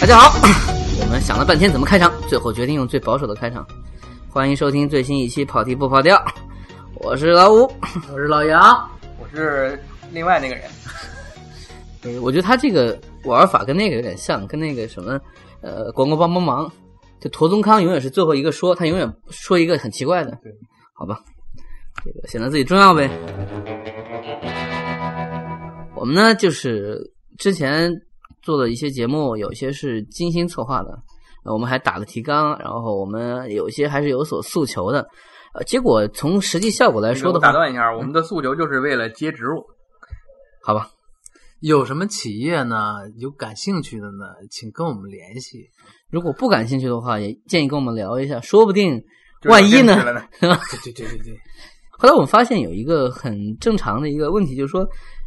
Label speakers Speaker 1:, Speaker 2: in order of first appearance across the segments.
Speaker 1: 大家好， 我们想了半天怎么开场，最后决定用最保守的开场。欢迎收听最新一期《跑题不跑调》，我是老五。
Speaker 2: 我是老杨，
Speaker 3: 我是另外那个人，
Speaker 1: 对，我觉得他这个玩法跟那个有点像，跟那个什么，呃，广告帮帮忙，就陀宗康永远是最后一个说，他永远说一个很奇怪的，
Speaker 3: 对，
Speaker 1: 好吧，这个显得自己重要呗。我们呢，就是之前做的一些节目，有些是精心策划的，呃我们还打了提纲，然后我们有些还是有所诉求的，呃，结果从实际效果
Speaker 2: 哎
Speaker 1: 来说
Speaker 3: 我
Speaker 1: 的
Speaker 3: 打
Speaker 1: 话，
Speaker 3: 断一
Speaker 2: 嗯
Speaker 3: 下，我们的诉求就是为了接植入，
Speaker 1: 好吧，
Speaker 2: 有什么企业呢？有感兴趣的呢，请跟我们联系。
Speaker 1: 如果不感兴趣的话，也建议跟我们聊一下，说不定
Speaker 3: 就是
Speaker 1: 万一
Speaker 3: 接
Speaker 1: 呢
Speaker 3: 植？了
Speaker 2: 对对对对对，
Speaker 1: 后来我们发现有一个很正常的一个问题，就是说，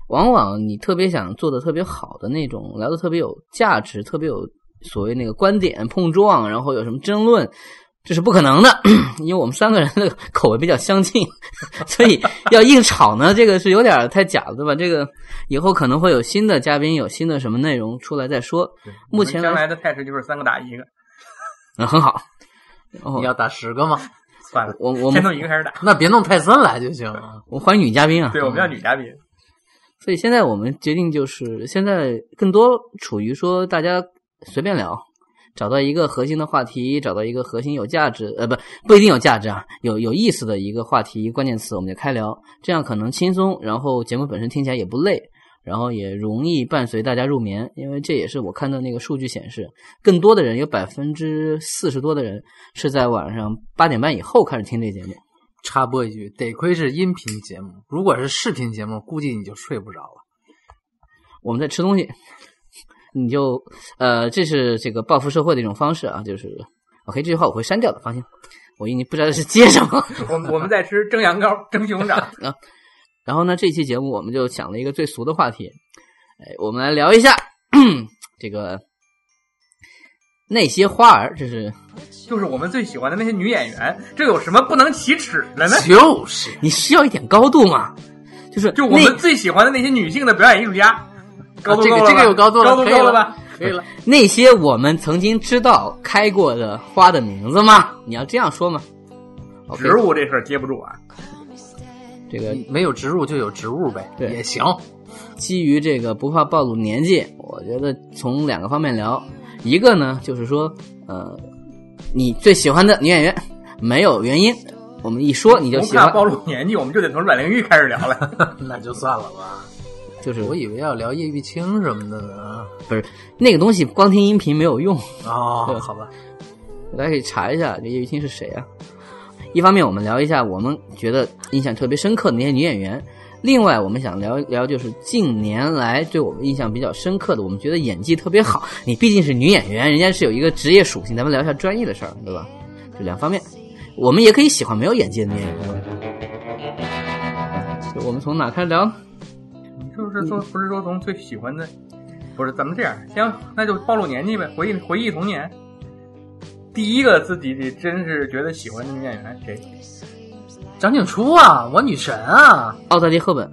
Speaker 1: 往往你特别想做的特别好的那种，聊的特别有价值，特别有所谓那个观点碰撞，然后有什么争论，这是不可能的， 因为我们三个人的口味比较相近， 所以要硬吵呢，这个是有点太假了，对吧？这个以后可能会有新的嘉宾，有新的什么内容出来再说。目前
Speaker 3: 我们将
Speaker 1: 来
Speaker 3: 来的态势就是三个打一个，
Speaker 1: 嗯很好，然后
Speaker 2: 你要打十个 嘛，
Speaker 3: 算了，
Speaker 1: 我我
Speaker 3: 先
Speaker 1: 们
Speaker 3: 从一个开始打。
Speaker 2: 那别弄泰森来就行啊。
Speaker 1: 我欢迎女嘉宾啊，
Speaker 3: 对，我们要女嘉宾，
Speaker 1: 所以现在我们决定就是，现在更多处于说大家随便聊，找到一个核心的话题，找到一个核心有价值，呃，不不一定有价值啊，有有意思的一个话题关键词，我们就开聊，这样可能轻松，然后节目本身听起来也不累，然后也容易伴随大家入眠，因为这也是我看到那个数据显示，更多的人有百分之四十多的人是在晚上八点半以后开始听这节目。
Speaker 2: 插播一句，得亏是音频节目，如果是视频节目，估计你就睡不着了。
Speaker 1: 我们在吃东西，你就呃，这是这个报复社会的一种方式啊，就是 OK 这句话我会删掉的，放心，我已经不知道是接什么。
Speaker 3: 我们我们在吃蒸羊羔、蒸熊掌，
Speaker 1: 然后呢，这期节目我们就想了一个最俗的话题，哎，我们来聊一下这个那些花儿，这是
Speaker 3: 就是我们最喜欢的那些女演员，这有什么不能启齿的呢？
Speaker 2: 就是，
Speaker 1: 你需要一点高度嘛，就是
Speaker 3: 就我
Speaker 1: 那啊
Speaker 3: 们最喜欢的那些女性的表演艺术家，高度
Speaker 2: 这
Speaker 3: 够
Speaker 2: 个
Speaker 3: 了吧
Speaker 2: 啊这个有高度了
Speaker 3: 高度
Speaker 2: 可以
Speaker 3: 够了
Speaker 2: 了
Speaker 3: 吧？
Speaker 2: 可以了。
Speaker 1: 那些我们曾经知道开过的花的名字吗？你要这样说吗？OK，
Speaker 3: 植物这事儿接不住啊，
Speaker 1: 这个
Speaker 2: 没有植入就有植入呗，
Speaker 1: 对
Speaker 2: 也行。
Speaker 1: 基于这个不怕暴露年纪，我觉得从两个方面聊，一个呢就是说，呃，你最喜欢的女演员没有原因，我们一说你就
Speaker 3: 不
Speaker 1: 喜
Speaker 3: 怕
Speaker 1: 欢，
Speaker 3: 暴露年纪，我们就得从阮玲玉开始聊了。
Speaker 2: 那就算了吧，
Speaker 1: 就是
Speaker 2: 我以为要聊叶玉卿什么的呢。
Speaker 1: 不是那个东西，光听音频没有用，
Speaker 2: 哦，好吧，
Speaker 1: 大家可以查一下这叶玉卿是谁啊。一方面我们聊一下我们觉得印象特别深刻的那些女演员，另外我们想聊一聊就是近年来对我们印象比较深刻的，我们觉得演技特别好，你毕竟是女演员，人家是有一个职业属性，咱们聊一下专业的事儿，对吧？这两方面，我们也可以喜欢没有演技的女演员。就我们从哪开始聊呢？
Speaker 3: 就是说，不是说从最喜欢的，不是咱们这样，先那就暴露年纪呗，回忆回忆童年。第一个自己得真是觉得喜欢的女演员谁？
Speaker 2: 张静初啊，我女神啊，
Speaker 1: 奥黛丽·赫本，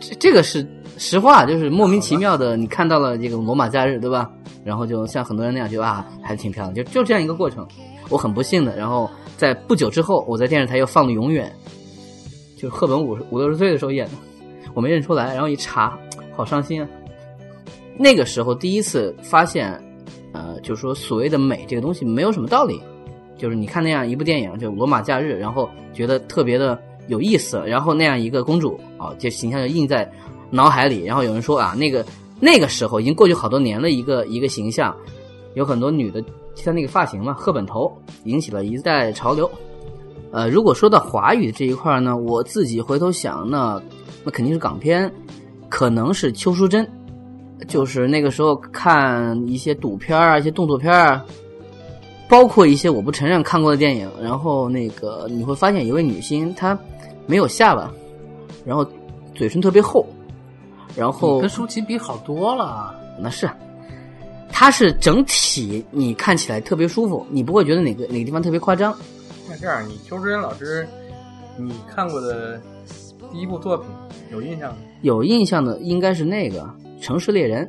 Speaker 1: 这这个是实话，就是莫名其妙的，你看到了这个罗马假日，对吧？然后就像很多人那样觉得啊，还挺漂亮，就就这样一个过程。我很不幸的，然后在不久之后，我在电视台又放了《永远》，就是赫本五十五六十岁的时候演的，我没认出来，然后一查，好伤心啊！那个时候第一次发现，呃，就是说所谓的美这个东西没有什么道理，就是你看那样一部电影，就《罗马假日》，然后觉得特别的有意思，然后那样一个公主啊、哦，这形象就印在脑海里。然后有人说啊，那个那个时候已经过去好多年的一个一个形象，有很多女的像那个发型嘛，赫本头，引起了一代潮流。呃，如果说到华语这一块呢，我自己回头想，那那肯定是港片，可能是邱淑贞，就是那个时候看一些赌片儿啊，一些动作片儿啊，包括一些我不承认看过的电影，然后那个你会发现一位女星她没有下巴，然后嘴唇特别厚，然后
Speaker 2: 你跟舒淇比好多了。
Speaker 1: 那是，它是整体你看起来特别舒服，你不会觉得哪个哪个地方特别夸张。
Speaker 3: 那这样，你邱淑贞老师，你看过的第一部作品有印象吗？
Speaker 1: 有印象的应该是那个《城市猎人》，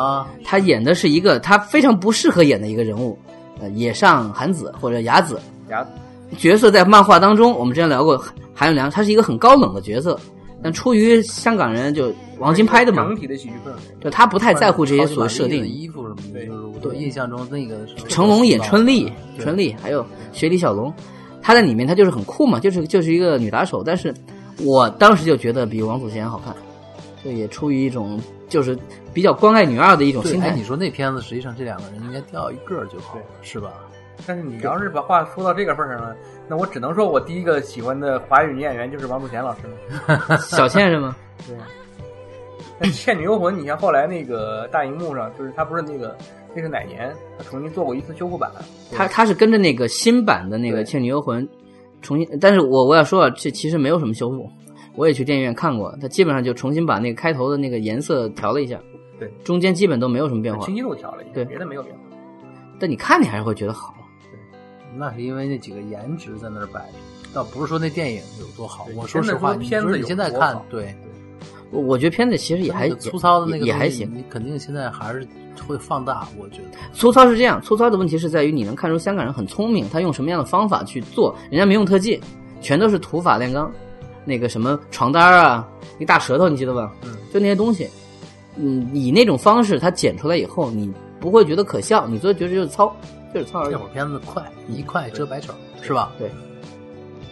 Speaker 2: 啊，
Speaker 1: 他演的是一个他非常不适合演的一个人物，呃，野上寒子或者雅子
Speaker 3: 雅子。
Speaker 1: 角色在漫画当中，我们之前聊过韩永良，他是一个很高冷的角色，但出于香港人就王晶拍的嘛
Speaker 3: 整，体的喜剧氛围，
Speaker 1: 就他不太在乎这些所谓设
Speaker 2: 超级玛丽的
Speaker 1: 定。
Speaker 2: 衣服什么的，
Speaker 3: 对
Speaker 2: 就是我都印象中那个
Speaker 1: 成龙演春丽，
Speaker 2: 对
Speaker 1: 春丽还有雪里小龙，他在里面他就是很酷嘛，就是就是一个女打手，但是我当时就觉得比王祖贤好看，就也出于一种就是比较关爱女二的一种
Speaker 2: 对，
Speaker 1: 心
Speaker 2: 哎，
Speaker 1: 态
Speaker 2: 你。说那片子实际上这两个人应该掉一个儿就好了，是吧？
Speaker 3: 但是你要是把话说到这个份儿上了，那我只能说我第一个喜欢的华语女演员就是王祖贤老师了。
Speaker 1: 小倩是吗？
Speaker 3: 对，那《倩女幽魂》，你看后来那个大荧幕上，就是他不是那个那是哪年，他重新做过一次修复版，
Speaker 1: 他他是跟着那个新版的那个《
Speaker 3: 对
Speaker 1: 倩女幽魂》重新，但是我我要说啊，这其实没有什么修复，我也去电影院看过，他基本上就重新把那个开头的那个颜色调了一下，
Speaker 3: 对，
Speaker 1: 中间基本都没有什么变化
Speaker 3: 清，晰度调了一下，
Speaker 1: 对
Speaker 3: 别的没有变化。
Speaker 1: 但你看你还是会觉得好。
Speaker 2: 那是因为那几个颜值在那儿摆着，倒不是说那电影有多好
Speaker 3: 对。
Speaker 2: 我说实话，
Speaker 3: 真的说
Speaker 2: 你
Speaker 3: 片子
Speaker 2: 就是你
Speaker 3: 有
Speaker 2: 现在
Speaker 3: 多
Speaker 2: 看
Speaker 3: 好，
Speaker 2: 对，
Speaker 1: 我我觉得片子其实也还
Speaker 2: 那个粗糙的那
Speaker 1: 也
Speaker 2: 个
Speaker 1: 也
Speaker 2: 东西
Speaker 1: 还行，
Speaker 2: 你肯定现在还是会放大，我觉得。
Speaker 1: 粗糙是这样，粗糙的问题是在于你能看出香港人很聪明，他用什么样的方法去做，人家没用特技，全都是土法炼钢，那个什么床单儿啊，一大舌头，你记得吧？
Speaker 3: 嗯，
Speaker 1: 就那些东西，嗯，以那种方式它剪出来以后，你不会觉得可笑，你就觉得就是糙，就是糙而已
Speaker 2: 这。会儿片子快，
Speaker 1: 嗯
Speaker 2: 一快遮百丑，是吧？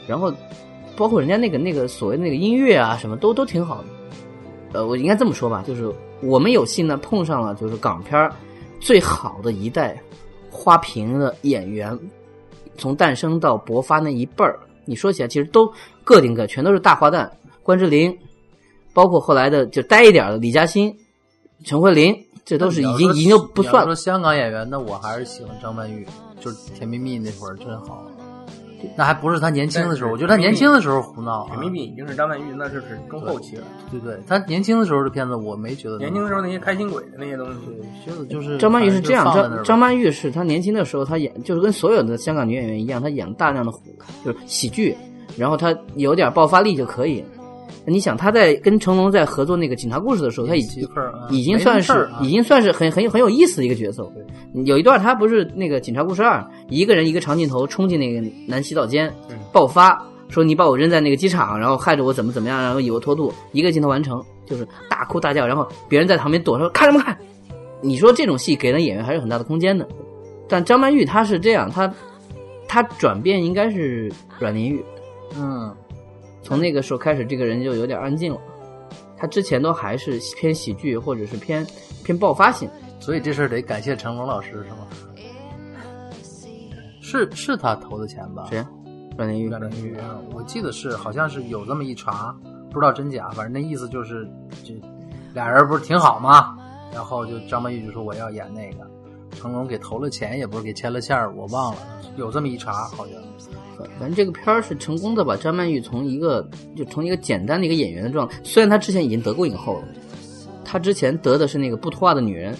Speaker 1: 然后，包括人家那个那个所谓的那个音乐啊，什么都都挺好的。呃，我应该这么说吧，就是我们有幸呢碰上了就是港片儿最好的一代花瓶的演员，从诞生到勃发那一辈儿，你说起来其实都个顶个，全都是大花旦，关之琳，包括后来的就呆一点儿的李嘉欣、陈慧琳，这都是已经已经就不
Speaker 2: 你要
Speaker 1: 算
Speaker 2: 说香港演员，那我还是喜欢张曼玉，就是《甜蜜蜜》那会儿真好。那还不是他年轻的时候，
Speaker 3: 但是
Speaker 2: 我觉得他年轻的时候胡闹、啊
Speaker 3: 甜。蜜蜜已经是张曼玉，那就是中后期了。
Speaker 2: 对对，他年轻的时候的片子我没觉得那么
Speaker 3: 年轻的时候那些开心鬼的那些东西，
Speaker 2: 对，觉得就是
Speaker 1: 张曼玉是这样，
Speaker 2: 反正就放在那
Speaker 1: 张
Speaker 2: 儿吧
Speaker 1: 张曼玉是她年轻的时候，她演就是跟所有的香港女演员一样，她演大量的就是喜剧，然后她有点爆发力就可以。你想，她在跟成龙在合作那个《警察故事》的时候，她已
Speaker 2: 媳
Speaker 1: 经
Speaker 2: 妇儿啊
Speaker 1: 已经
Speaker 2: 没
Speaker 1: 算是
Speaker 2: 事儿啊
Speaker 1: 已经算是很很有很有意思的一个角色。有一段她不是那个《警察故事二》，一个人一个长镜头冲进那个男洗澡间
Speaker 3: 嗯，
Speaker 1: 爆发说你把我扔在那个机场，然后害着我怎么怎么样，然后以后脱肚，一个镜头完成，就是大哭大叫，然后别人在旁边躲说看什么看。你说这种戏给了演员还是有很大的空间的，但张曼玉她是这样，她她转变应该是阮玲玉，
Speaker 2: 嗯，
Speaker 1: 从那个时候开始，这个人就有点安静了。她之前都还是偏喜剧或者是偏偏爆发性，
Speaker 2: 所以这事儿得感谢成龙老师是吗？是是他投的钱吧？
Speaker 1: 谁呀？阮玲玉
Speaker 2: 感觉我记得是，好像是有这么一茬，不知道真假，反正那意思就是，这俩人不是挺好吗？然后就张曼玉就说我要演那个，成龙给投了钱，也不是给牵了线儿，我忘了，有这么一茬，好像
Speaker 1: 反正这个片儿是成功的把张曼玉从一个就从一个简单的一个演员的状态，虽然她之前已经得过影后了，她之前得的是那个不脱袜的女人，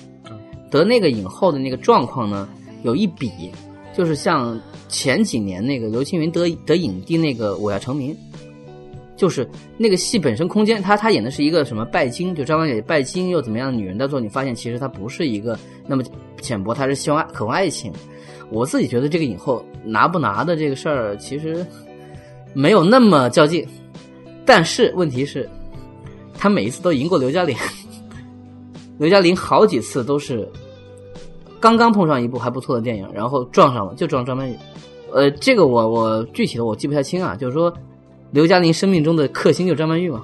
Speaker 1: 得那个影后的那个状况呢，有一比就是像前几年那个刘青云得得影帝那个《我要成名》，就是那个戏本身空间，她她演的是一个什么拜金，就张曼玉拜金又怎么样的女人，到最后你发现其实她不是一个那么浅薄，她是希望爱渴望爱情。我自己觉得这个影后拿不拿的这个事儿，其实没有那么较劲。但是问题是，她每一次都赢过刘嘉玲， 刘嘉玲好几次都是刚刚碰上一部还不错的电影，然后撞上了，就撞张曼玉。呃，这个我我具体的我记不太清啊，就是说刘嘉玲生命中的克星就是张曼玉嘛。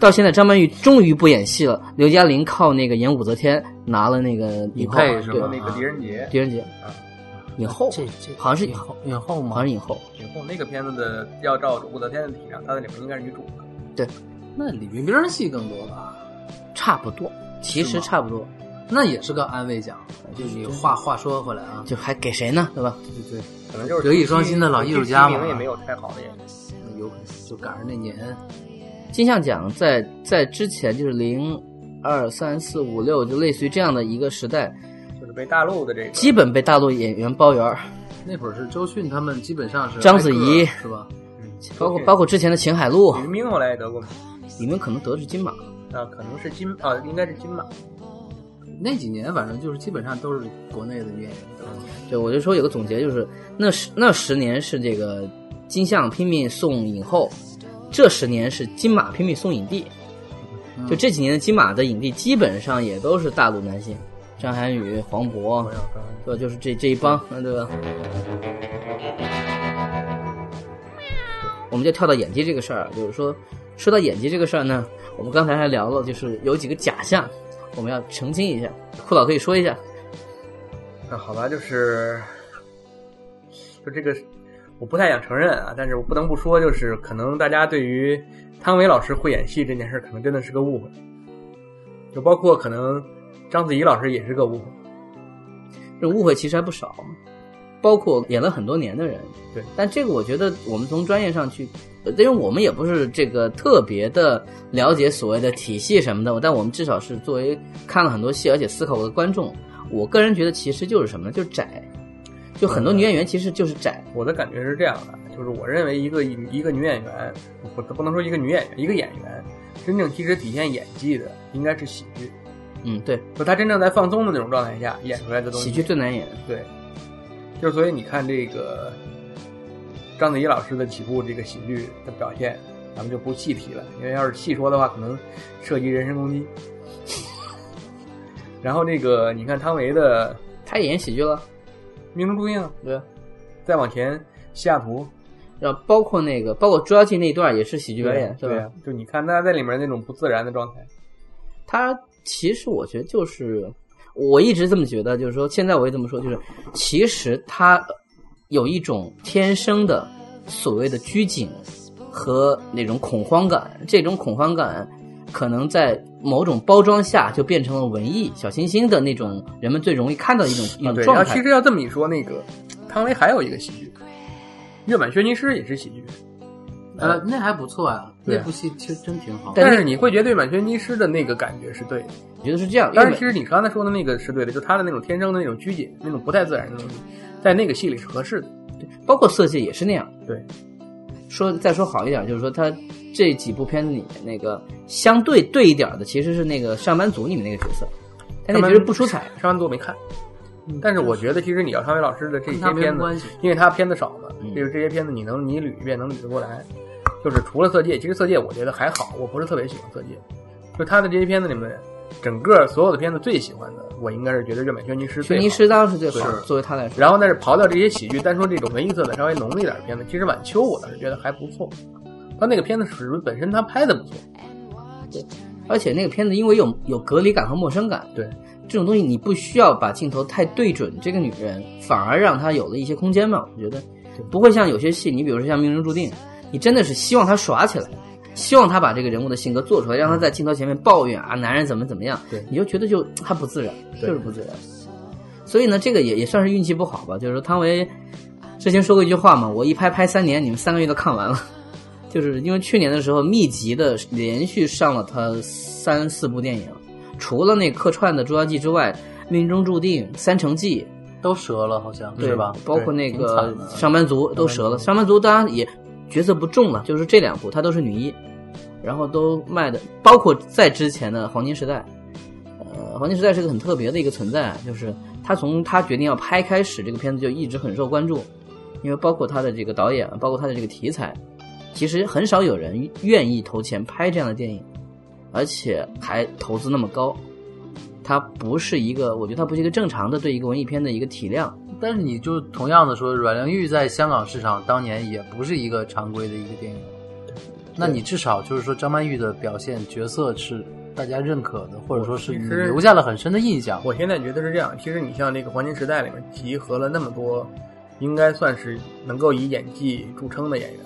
Speaker 1: 到现在，张曼玉终于不演戏了。刘嘉玲靠那个演武则天拿了那个影后，啊
Speaker 2: 配是
Speaker 1: 对
Speaker 2: 吗
Speaker 3: 那个狄仁杰，
Speaker 1: 狄仁杰
Speaker 3: 啊，
Speaker 1: 影后
Speaker 2: 这这
Speaker 1: 好像是
Speaker 2: 影后影后
Speaker 1: 好
Speaker 2: 吗？
Speaker 1: 像是影后，
Speaker 3: 以后那个片子的要照武则天的体量，她在里面应该是女主吧。
Speaker 2: 那李冰冰戏更多吧？
Speaker 1: 差不多，其
Speaker 2: 是
Speaker 1: 实
Speaker 2: 吗
Speaker 1: 差不多，
Speaker 2: 那也是个安慰奖。就是你话话说回来啊，
Speaker 1: 就还给谁呢？对吧？
Speaker 2: 对对，
Speaker 3: 可能就是
Speaker 2: 德艺双馨的老艺术家嘛
Speaker 3: 名也没有太好的演员。
Speaker 2: 有可能就赶上那年，
Speaker 1: 金像奖在在之前就是零二三四五六，就类似于这样的一个时代，
Speaker 3: 就是被大陆的这个
Speaker 1: 基本被大陆演员包圆儿，
Speaker 2: 那会儿是周迅他们基本上是
Speaker 1: 章子怡
Speaker 2: 挨个是吧？
Speaker 1: 包括包括之前的秦海璐，
Speaker 3: 吕冰后来也得过嘛，
Speaker 1: 你们可能得的是金马。
Speaker 3: 呃啊，可能是金啊，应该是金马。
Speaker 2: 那几年反正就是基本上都是国内的女演员，都是
Speaker 1: 对，我就说有个总结，就是那十那十年是这个金像拼命送影后，这十年是金马拼命送影帝。就这几年的金马的影帝，基本上也都是大陆男星，张涵予、黄渤，啊
Speaker 2: 我要刚
Speaker 1: 对吧？就是这这一帮，嗯，对吧？我们就跳到演技这个事儿，啊就是说，说到演技这个事儿呢，我们刚才还聊了，就是有几个假象，我们要澄清一下。库老可以说一下，
Speaker 3: 那好吧，就是，就这个，我不太想承认啊，但是我不能不说，就是可能大家对于汤唯老师会演戏这件事，可能真的是个误会，就包括可能章子怡老师也是个误会。
Speaker 1: 这误会其实还不少，包括演了很多年的人。
Speaker 3: 对，
Speaker 1: 但这个我觉得我们从专业上去，呃因为我们也不是这个特别的了解所谓的体系什么的，但我们至少是作为看了很多戏而且思考过的观众，我个人觉得其实就是什么呢？就是窄，就很多
Speaker 3: 嗯
Speaker 1: 女演员其实就是窄。
Speaker 3: 我的感觉是这样的，就是我认为一个一个女演员，我不能说一个女演员，一个演员真正其实体现演技的应该是喜剧，
Speaker 1: 嗯，对，
Speaker 3: 就她真正在放松的那种状态下演出来的东西。
Speaker 1: 喜剧最难演。
Speaker 3: 对，就是所以你看这个章子怡老师的几部这个喜剧的表现，咱们就不细提了，因为要是细说的话，可能涉及人身攻击。 然后那个你看汤唯的《
Speaker 1: 他也演喜剧了，
Speaker 3: 命中注定》，
Speaker 1: 对，
Speaker 3: 再往前《西雅图》
Speaker 1: 然后包括那个，包括朱孝庆那一段也是喜剧表演，是
Speaker 3: 对啊
Speaker 1: 吧
Speaker 3: 呀？，就你看他在里面那种不自然的状态，
Speaker 1: 他其实我觉得就是，我一直这么觉得，就是说现在我也这么说，就是其实他有一种天生的所谓的拘谨和那种恐慌感，这种恐慌感可能在某种包装下就变成了文艺小清新的那种人们最容易看到的一种一
Speaker 3: 啊
Speaker 1: 种
Speaker 3: 对，然
Speaker 1: 嗯状
Speaker 3: 后
Speaker 1: 态
Speaker 3: 其。实要这么一说，那个汤唯还有一个喜剧，《月满轩尼诗》也是喜剧，
Speaker 2: 呃，那还不错呀，
Speaker 3: 对啊
Speaker 2: 那部戏其实真挺好。
Speaker 1: 但
Speaker 3: 但
Speaker 1: 那
Speaker 3: 是你会觉得《月满轩尼诗》的那个感觉是对的。
Speaker 1: 我觉得是这样，因
Speaker 3: 当然，
Speaker 1: 为
Speaker 3: 其实你刚才说的那个是对的，就他的那种天生的那种拘谨、那种不太自然的东西，在那个戏里是合适的。
Speaker 1: 包括色戒也是那样。
Speaker 3: 对，
Speaker 1: 说再说好一点，就是说他这几部片子里面那个相对对一点的，其实是那个上班族里面那个角色，但那其
Speaker 3: 上班
Speaker 1: 实不出彩。
Speaker 3: 上完多没看，但是我觉得其实你要汤唯老师的这
Speaker 2: 跟
Speaker 3: 些
Speaker 2: 他没什
Speaker 3: 片
Speaker 2: 么
Speaker 3: 子，
Speaker 2: 关系，
Speaker 3: 因为他片子少嘛，
Speaker 1: 嗯
Speaker 3: 就是这些片子你能你捋一遍能捋得过来。就是除了色戒，其实色戒我觉得还好，我不是特别喜欢色戒。就他的这些片子里面，整个所有的片子最喜欢的，我应该是觉得《月满轩尼诗》
Speaker 1: 轩
Speaker 3: 最好。
Speaker 1: 尼诗当然是最好
Speaker 2: 是，
Speaker 1: 作为他来说，
Speaker 3: 然后，但是刨掉这些喜剧，单说这种文艺色彩稍微浓一点的片子，其实《晚秋》我倒是觉得还不错。他那个片子属于本身他拍的不错，
Speaker 1: 而且那个片子因为有有隔离感和陌生感，
Speaker 3: 对
Speaker 1: 这种东西你不需要把镜头太对准这个女人，反而让她有了一些空间嘛。我觉得不会像有些戏，你比如说像《命中注定》，你真的是希望她耍起来，希望她把这个人物的性格做出来，让她在镜头前面抱怨啊，男人怎么怎么样，
Speaker 3: 对
Speaker 1: 你就觉得就她不自然，就
Speaker 3: 对
Speaker 1: 是不自然。所以呢，这个也也算是运气不好吧。就是说汤唯之前说过一句话嘛，我一拍拍三年，你们三个月都看完了。就是因为去年的时候密集的连续上了他三四部电影，除了那客串的《捉妖记》之外，《命中注定》《三城记》
Speaker 2: 都折了好像
Speaker 1: 嗯对
Speaker 2: 是吧？
Speaker 1: 包括那
Speaker 2: 挺
Speaker 1: 个
Speaker 2: 惨
Speaker 3: 嗯
Speaker 2: 的
Speaker 1: 上班族都折了，上班族当然也角色不重了，就是这两部它都是女一，然后都卖的，包括在之前的黄金时代。呃，黄金时代是个很特别的一个存在，啊就是他从他决定要拍开始，这个片子就一直很受关注，因为包括他的这个导演，包括他的这个题材，其实很少有人愿意投钱拍这样的电影，而且还投资那么高，它不是一个，我觉得它不是一个正常的对一个文艺片的一个体量，
Speaker 2: 但是你就同样的说，阮玲玉在香港市场当年也不是一个常规的一个电影，那你至少就是说张曼玉的表现角色是大家认可的，或者说是
Speaker 3: 其
Speaker 2: 你
Speaker 3: 实
Speaker 2: 留下了很深的印象。
Speaker 3: 我现在觉得是这样，其实你像这个黄金时代里面集合了那么多，应该算是能够以演技著称的演员，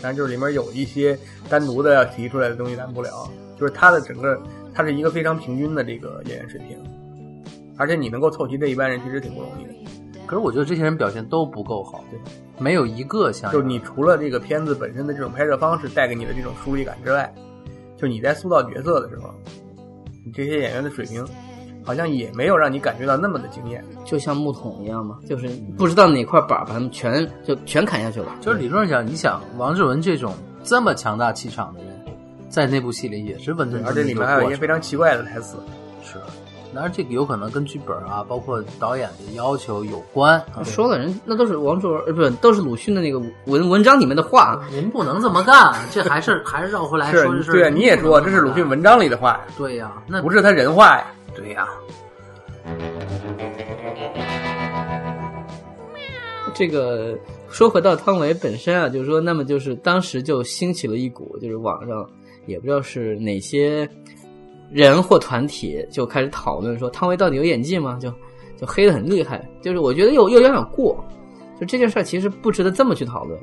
Speaker 3: 但是就是里面有一些单独的要提出来的东西咱不聊，就是他的整个他是一个非常平均的这个演员水平，而且你能够凑齐这一班人其实挺不容易的。
Speaker 2: 可是我觉得这些人表现都不够好
Speaker 3: 对，
Speaker 2: 没有一个像
Speaker 3: 就你除了这个片子本身的这种拍摄方式带给你的这种疏离感之外，就你在塑造角色的时候，你这些演员的水平好像也没有让你感觉到那么的惊艳。
Speaker 1: 就像木桶一样嘛，就是不知道哪块板儿把他们全就全砍下去了。
Speaker 2: 就是理论上讲，你想王志文这种这么强大气场的人，在那部戏里也是温吞
Speaker 3: 而
Speaker 2: 吞
Speaker 1: 嗯
Speaker 3: 且
Speaker 2: 的
Speaker 3: 里
Speaker 2: 一个
Speaker 3: 面还有一
Speaker 2: 过
Speaker 3: 些
Speaker 2: 程
Speaker 3: 非常奇怪的台词，
Speaker 2: 是，当然，这个有可能跟剧本啊，包括导演的要求有关。啊
Speaker 1: 说了人那都是王卓，呃，不是都是鲁迅的那个文文章里面的话，啊
Speaker 2: 您不能这么干，啊这还 是还是嗯绕回来哎说这事
Speaker 3: 是
Speaker 2: 儿。
Speaker 3: 对啊，你也说这是鲁迅文章里的话呀，
Speaker 2: 对呀、那
Speaker 3: 不是他人话呀。
Speaker 2: 对呀、
Speaker 1: 这个说回到汤唯本身啊，就是说，那么就是当时就兴起了一股，就是网上也不知道是哪些人或团体就开始讨论说汤唯到底有演技吗？就就黑的很厉害，就是我觉得又又有点过，就这件事儿其实不值得这么去讨论。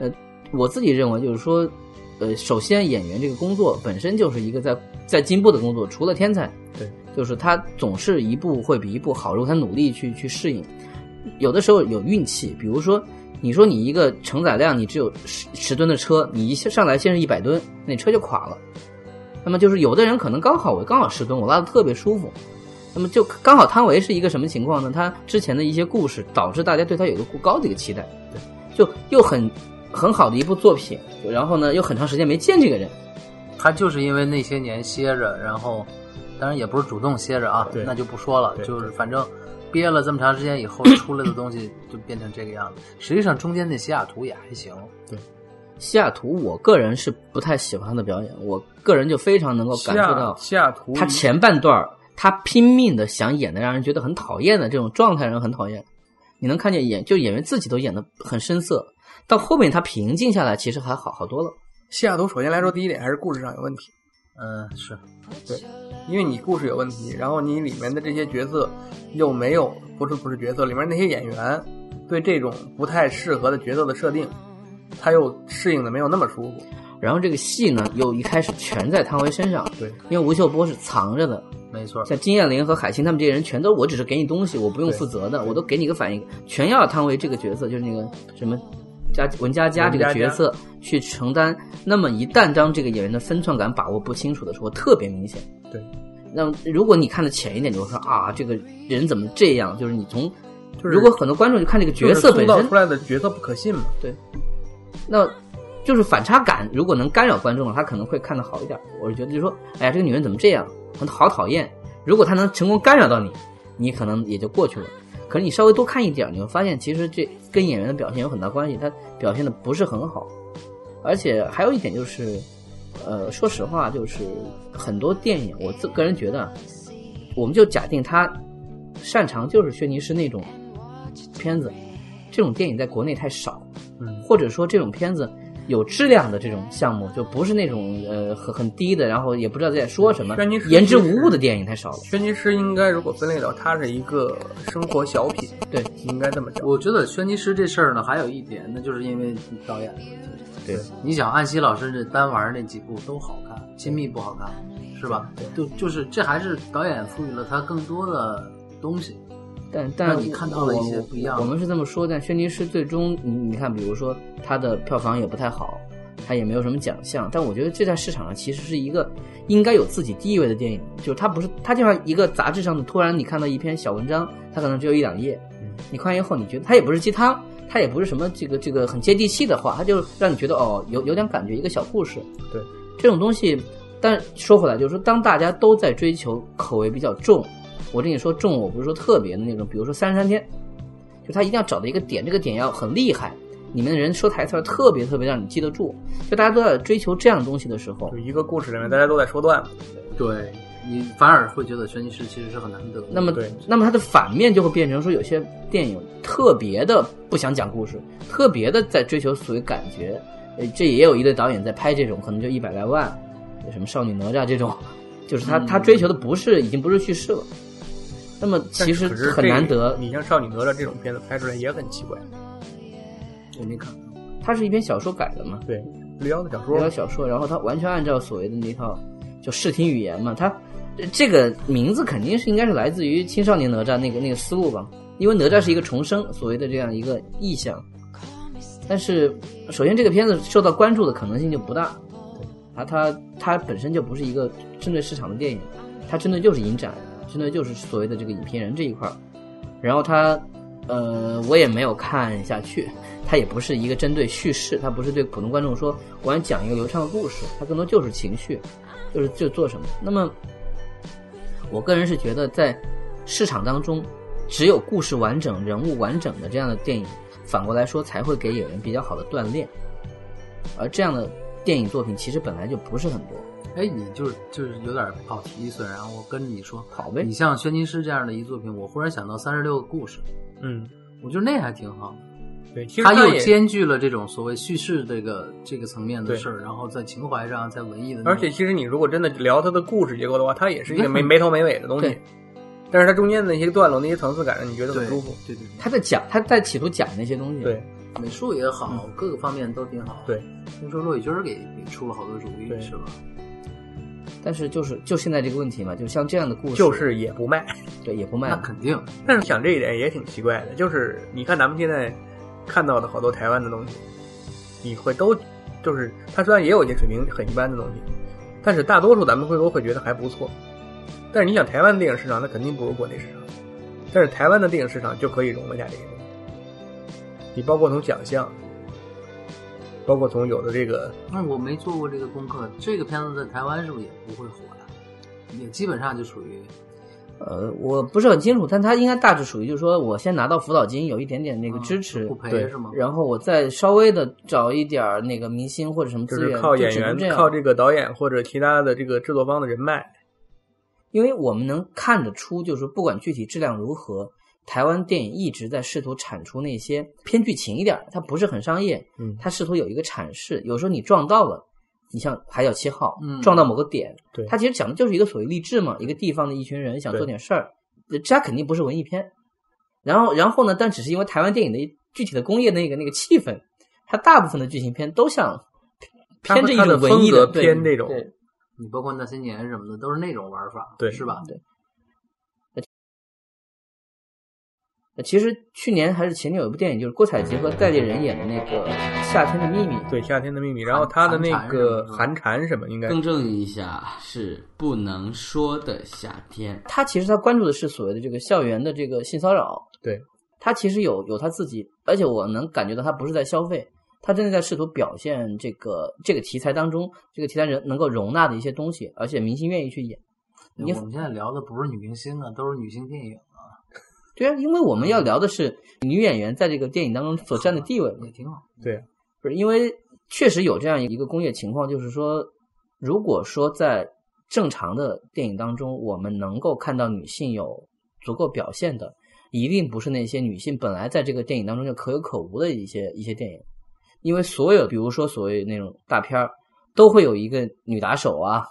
Speaker 1: 呃，我自己认为就是说，呃，首先演员这个工作本身就是一个在在进步的工作，除了天才，
Speaker 3: 对，
Speaker 1: 就是他总是一步会比一步好，如果他努力去去适应。有的时候有运气，比如说，你说你一个承载量你只有十十吨的车，你一上来先是一百吨，那车就垮了。那么就是有的人可能刚好我刚好十吨，我拉的特别舒服。那么就刚好汤唯是一个什么情况呢？他之前的一些故事导致大家对他有一个过高的一个期待，就又很很好的一部作品，然后呢又很长时间没见这个人，
Speaker 2: 他就是因为那些年歇着，然后，当然也不是主动歇着啊
Speaker 3: 对，
Speaker 2: 那就不说了，
Speaker 3: 对
Speaker 2: 就是反正憋了这么长时间以后出来的东西就变成这个样子。实际上中间那西雅图也还行，
Speaker 1: 西雅图我个人是不太喜欢他的表演，我个人就非常能够
Speaker 3: 西
Speaker 1: 感受
Speaker 3: 雅
Speaker 1: 到
Speaker 3: 西雅图
Speaker 1: 他前半段儿他拼命的想演的让人觉得很讨厌的这种状态，让人很讨厌。你能看见演就演员自己都演的很生涩，到后面他平静下来，其实还好好多了。
Speaker 3: 西雅图首先来说，第一点还是故事上有问题，
Speaker 2: 嗯，是
Speaker 3: 因为你故事有问题，然后你里面的这些角色又没有不是不是角色里面那些演员对这种不太适合的角色的设定，他又适应的没有那么舒服。
Speaker 1: 然后这个戏呢，又一开始全在汤唯身上，
Speaker 3: 对，
Speaker 1: 因为吴秀波是藏着的，
Speaker 2: 没错，
Speaker 1: 像金燕玲和海清他们这些人，全都我只是给你东西，我不用负责的，我都给你个反应，全要汤唯这个角色，就是那个什么佳文佳佳这个角色去承担。那么一旦当这个演员的分寸感把握不清楚的时候，特别明显。
Speaker 3: 对，
Speaker 1: 那么如果你看的浅一点，你会说啊，这个人怎么这样？就是你从，
Speaker 3: 就是
Speaker 1: 如果很多观众就看这个角色本
Speaker 3: 就是塑造
Speaker 1: 身
Speaker 3: 出，来的角色不可信嘛。
Speaker 1: 那就是反差感，如果能干扰观众了，他可能会看得好一点。我是觉得，就是说，哎呀，这个女人怎么这样，很好讨厌。如果她能成功干扰到你，你可能也就过去了。可是你稍微多看一点，你会发现，其实这跟演员的表现有很大关系。他表现的不是很好，而且还有一点就是，呃，说实话，就是很多电影，我自个人觉得啊，我们就假定他擅长就是轩尼诗那种片子，这种电影在国内太少。或者说这种片子有质量的这种项目，就不是那种呃很很低的，然后也不知道在说什么
Speaker 3: 轩尼诗，
Speaker 1: 言之无物的电影太少了。
Speaker 3: 轩尼诗应该如果分类到它是一个生活小品，
Speaker 1: 对
Speaker 3: 应该这么讲。
Speaker 2: 我觉得轩尼诗这事儿呢，还有一点，那就是因为导演的问题。
Speaker 1: 对，
Speaker 2: 你想，安西老师这单玩儿那几部都好看，《亲密》不好看，是吧？就就是这还是导演赋予了他更多的东西。
Speaker 1: 但但
Speaker 2: 让你看到了一些
Speaker 1: 我
Speaker 2: 不一样的
Speaker 1: 我们是这么说，但轩尼诗最终你你看，比如说它的票房也不太好，它也没有什么奖项，但我觉得这在市场上其实是一个应该有自己地位的电影，就是它不是它就像一个杂志上的，突然你看到一篇小文章，它可能只有一两页，
Speaker 2: 嗯
Speaker 1: 你看完以后，你觉得它也不是鸡汤。它也不是什么这个这个很接地气的话，它就让你觉得哦，有有点感觉，一个小故事。
Speaker 3: 对，
Speaker 1: 这种东西，但说回来，就是说，当大家都在追求口味比较重，我跟你说重，我不是说特别的那种，比如说三十三天，就他一定要找到一个点，这个点要很厉害，里面的人说台词儿特别特别让你记得住。就大家都在追求这样的东西的时候
Speaker 3: 就，一个故事里面，大家都在说段子，
Speaker 2: 对你反而会觉得轩尼诗其实是很难得的。
Speaker 1: 那么
Speaker 3: 对，
Speaker 1: 那么它的反面就会变成说，有些电影特别的不想讲故事，特别的在追求所谓感觉。呃，这也有一类导演在拍这种，可能就一百来万，有什么少女哪吒这种，就是
Speaker 3: 嗯
Speaker 1: 他、他追求的不是已经不是叙事了。那么其实
Speaker 3: 但是可是
Speaker 1: 很
Speaker 3: 这
Speaker 1: 难得，
Speaker 3: 你像《少女哪吒》这种片子拍出来也很奇怪，
Speaker 2: 我没看，
Speaker 1: 它是一篇小说改的嘛，
Speaker 3: 对，绿妖的小
Speaker 1: 一
Speaker 3: 说
Speaker 1: 条，小说，然后它完全按照所谓的那套就视听语言嘛，它呃这个名字肯定是应该是来自于青少年哪吒那个那个思路吧，因为哪吒是一个重
Speaker 3: 嗯
Speaker 1: 生，所谓的这样一个意象。但是，首先这个片子受到关注的可能性就不大，它它它本身就不是一个针对市场的电影，它针对就是影展，针对就是所谓的这个影评人这一块儿。然后它，呃，我也没有看下去，它也不是一个针对叙事，它不是对普通观众说我想讲一个流畅的故事，它更多就是情绪，就是就做什么。那么，我个人是觉得在市场当中，只有故事完整、人物完整的这样的电影，反过来说才会给演员比较好的锻炼。而这样的电影作品其实本来就不是很多，
Speaker 2: 哎，你就是就是有点跑题，虽然我跟你说，
Speaker 1: 好呗
Speaker 3: 嗯
Speaker 2: 你。像《轩尼诗》这样的一作品，我忽然想到《三十六个故事》，
Speaker 3: 嗯，
Speaker 2: 我觉得那还挺好。
Speaker 3: 对，其实
Speaker 2: 它又
Speaker 3: 也
Speaker 2: 兼具了这种所谓叙事这个这个层面的
Speaker 3: 对
Speaker 2: 事儿，然后在情怀上，在文艺的那种，
Speaker 3: 而且其实你如果真的聊它的故事结构的话，它也是一个
Speaker 2: 嗯
Speaker 3: 没没头没尾的东西
Speaker 1: 对，
Speaker 3: 但是它中间的那些段落、那些层次感，让你觉得
Speaker 2: 对
Speaker 3: 很舒服。
Speaker 2: 对对对，
Speaker 1: 他在讲，他在企图讲那些东西。
Speaker 3: 对，
Speaker 2: 美术也好，
Speaker 1: 嗯
Speaker 2: 各个方面都挺好。
Speaker 3: 对，
Speaker 2: 听说骆以军儿给给出了好多主意
Speaker 3: 对，
Speaker 2: 是吧？
Speaker 1: 但是就是就现在这个问题嘛，就像这样的故事，
Speaker 3: 就是也不卖。
Speaker 1: 对也不卖
Speaker 2: 那
Speaker 1: 了。
Speaker 2: 肯定，
Speaker 3: 但是想这一点也挺奇怪的，就是你看咱们现在看到的好多台湾的东西，你会都就是它虽然也有一些水平很一般的东西，但是大多数咱们会都会觉得还不错。但是你想台湾的电影市场，它肯定不如国内市场，但是台湾的电影市场就可以容得下这些东西。你包括从奖项，包括从有的这个
Speaker 2: 那我没做过这个功课，这个片子在台湾是不是也不会火呀？也基本上就属于
Speaker 1: 呃，我不是很清楚，但他应该大致属于就是说我先拿到辅导金，有一点点那个
Speaker 3: 啊
Speaker 2: 嗯
Speaker 1: 支持，
Speaker 2: 不赔
Speaker 3: 对
Speaker 2: 是吗？
Speaker 1: 然后我再稍微的找一点儿那个明星或者什么
Speaker 3: 就
Speaker 1: 资源，
Speaker 3: 是靠
Speaker 1: 就
Speaker 3: 演
Speaker 1: 只能
Speaker 3: 员
Speaker 1: 这、样
Speaker 3: 靠这个导演或者其他的这个制作方的人脉，
Speaker 1: 因为我们能看得出，就是不管具体质量如何，台湾电影一直在试图产出那些偏剧情一点儿，它不是很商业，
Speaker 3: 嗯
Speaker 1: 它试图有一个阐释。有时候你撞到了，你像《海角七号》，
Speaker 2: 嗯
Speaker 1: 撞到某个点，
Speaker 3: 对
Speaker 1: 它其实讲的就是一个所谓励志嘛，一个地方的一群人想
Speaker 3: 对
Speaker 1: 做点事儿，呃这它肯定不是文艺片。然后，然后呢？但只是因为台湾电影的具体的工业的那个那个气氛，它大部分的剧情片都像
Speaker 3: 它
Speaker 1: 偏着一
Speaker 3: 它的
Speaker 1: 种文
Speaker 3: 风
Speaker 1: 艺
Speaker 3: 格
Speaker 1: 对
Speaker 3: 偏这种
Speaker 1: 对
Speaker 2: 你包括那些年什么的，都是那种玩法，
Speaker 3: 对
Speaker 2: 是吧？
Speaker 1: 对呃其实去年还是前年有一部电影，就是郭采洁和戴丽人演的那个《夏天的秘密》。
Speaker 3: 对《夏天的秘密》，然后他的那个寒蝉什么
Speaker 1: 嗯
Speaker 3: 应该
Speaker 4: 更正一下，是不能说的夏天。
Speaker 1: 他其实他关注的是所谓的这个校园的这个性骚扰。
Speaker 3: 对，
Speaker 1: 他其实有有他自己，而且我能感觉到他不是在消费，他真的在试图表现这个这个题材当中这个题材人能够容纳的一些东西，而且明星愿意去演。你
Speaker 2: 我们现在聊的不是女明星啊，都是女性电影，
Speaker 1: 对啊，因为我们要聊的是女演员在这个电影当中所占的地位嘛。
Speaker 2: 也挺好。
Speaker 3: 对，
Speaker 1: 不是因为确实有这样一个工业情况，就是说，如果说在正常的电影当中，我们能够看到女性有足够表现的，一定不是那些女性本来在这个电影当中就可有可无的一些一些电影，因为所有比如说所谓那种大片儿，都会有一个女打手啊，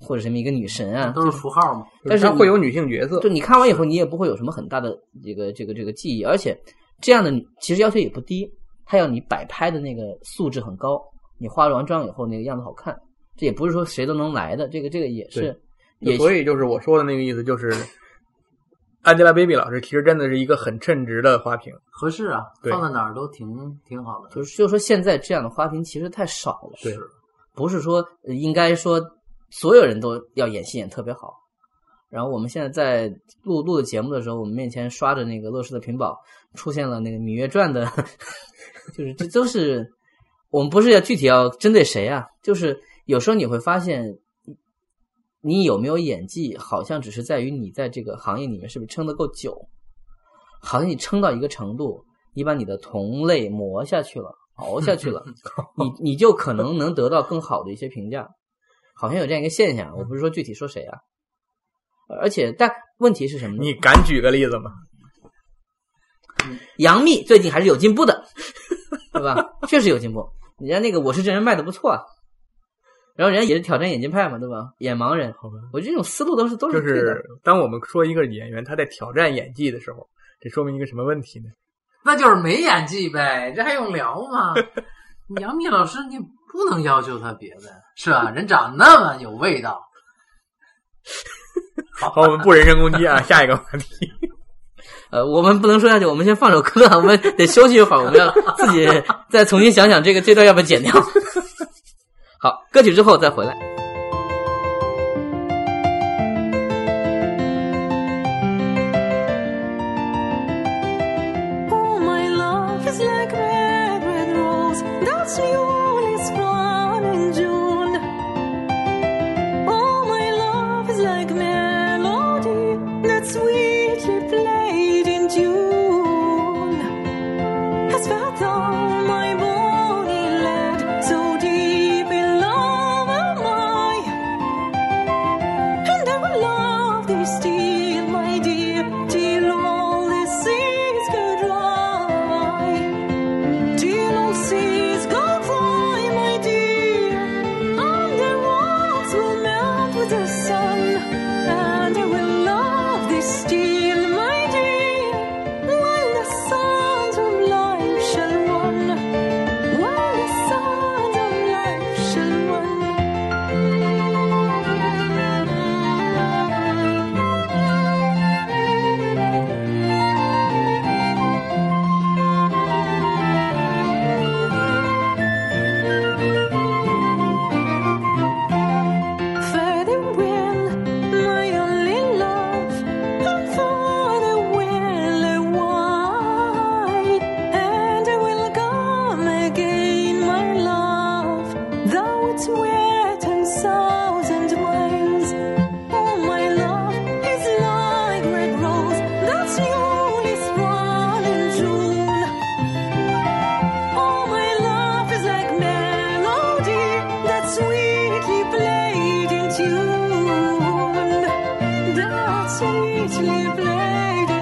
Speaker 1: 或者什么一个女神啊，
Speaker 2: 都是符号嘛。
Speaker 1: 但是
Speaker 3: 它会有女性角色
Speaker 1: 就，你看完以后，你也不会有什么很大的这个这个这个记忆，而且这样的女其实要求也不低，她要你摆拍的那个素质很高，你化完妆以后那个样子好看，这也不是说谁都能来的，这个这个也是，也
Speaker 3: 所以就是我说的那个意思，就是 Angelababy 老师其实真的是一个很称职的花瓶。
Speaker 2: 合适啊，
Speaker 3: 对
Speaker 2: 放在哪儿都挺挺好的。
Speaker 1: 就是就是说现在这样的花瓶其实太少了，
Speaker 3: 对
Speaker 2: 是
Speaker 1: 不是说呃应该说所有人都要演戏演特别好。然后我们现在在录录的节目的时候，我们面前刷着那个乐视的屏保，出现了那个《芈月传》的， 就是这都是我们不是要具体要针对谁啊，就是有时候你会发现，你有没有演技，好像只是在于你在这个行业里面是不是撑得够久，好像你撑到一个程度，你把你的同类磨下去了，熬下去了，你你就可能能得到更好的一些评价，好像有这样一个现象。我不是说具体说谁啊，而且但问题是什么呢？
Speaker 3: 你敢举个例子吗？
Speaker 1: 杨幂最近还是有进步的，对吧？确实有进步，人家那个《我是真人》卖的不错啊，然后人家也是挑战眼镜派嘛，对吧？眼盲人，
Speaker 3: 好吧，
Speaker 1: 我觉得这种思路都是都
Speaker 3: 就是
Speaker 1: 对的。
Speaker 3: 是当我们说一个演员他在挑战演技的时候，这说明一个什么问题呢？
Speaker 2: 那就是没演技呗，这还用聊吗？ 杨幂老师，你不能要求她别的，是吧？人长那么有味道，
Speaker 3: 好，我们不人身攻击啊，下一个话题。
Speaker 1: 呃，我们不能说下去，我们先放首歌，我们得休息一会儿，我们要自己再重新想想这个这段要不要剪掉。 好，歌曲之后再回来。
Speaker 5: Oh, my love is like red, red rose that slowly sprung in June. Oh, my love is like melody sweetly played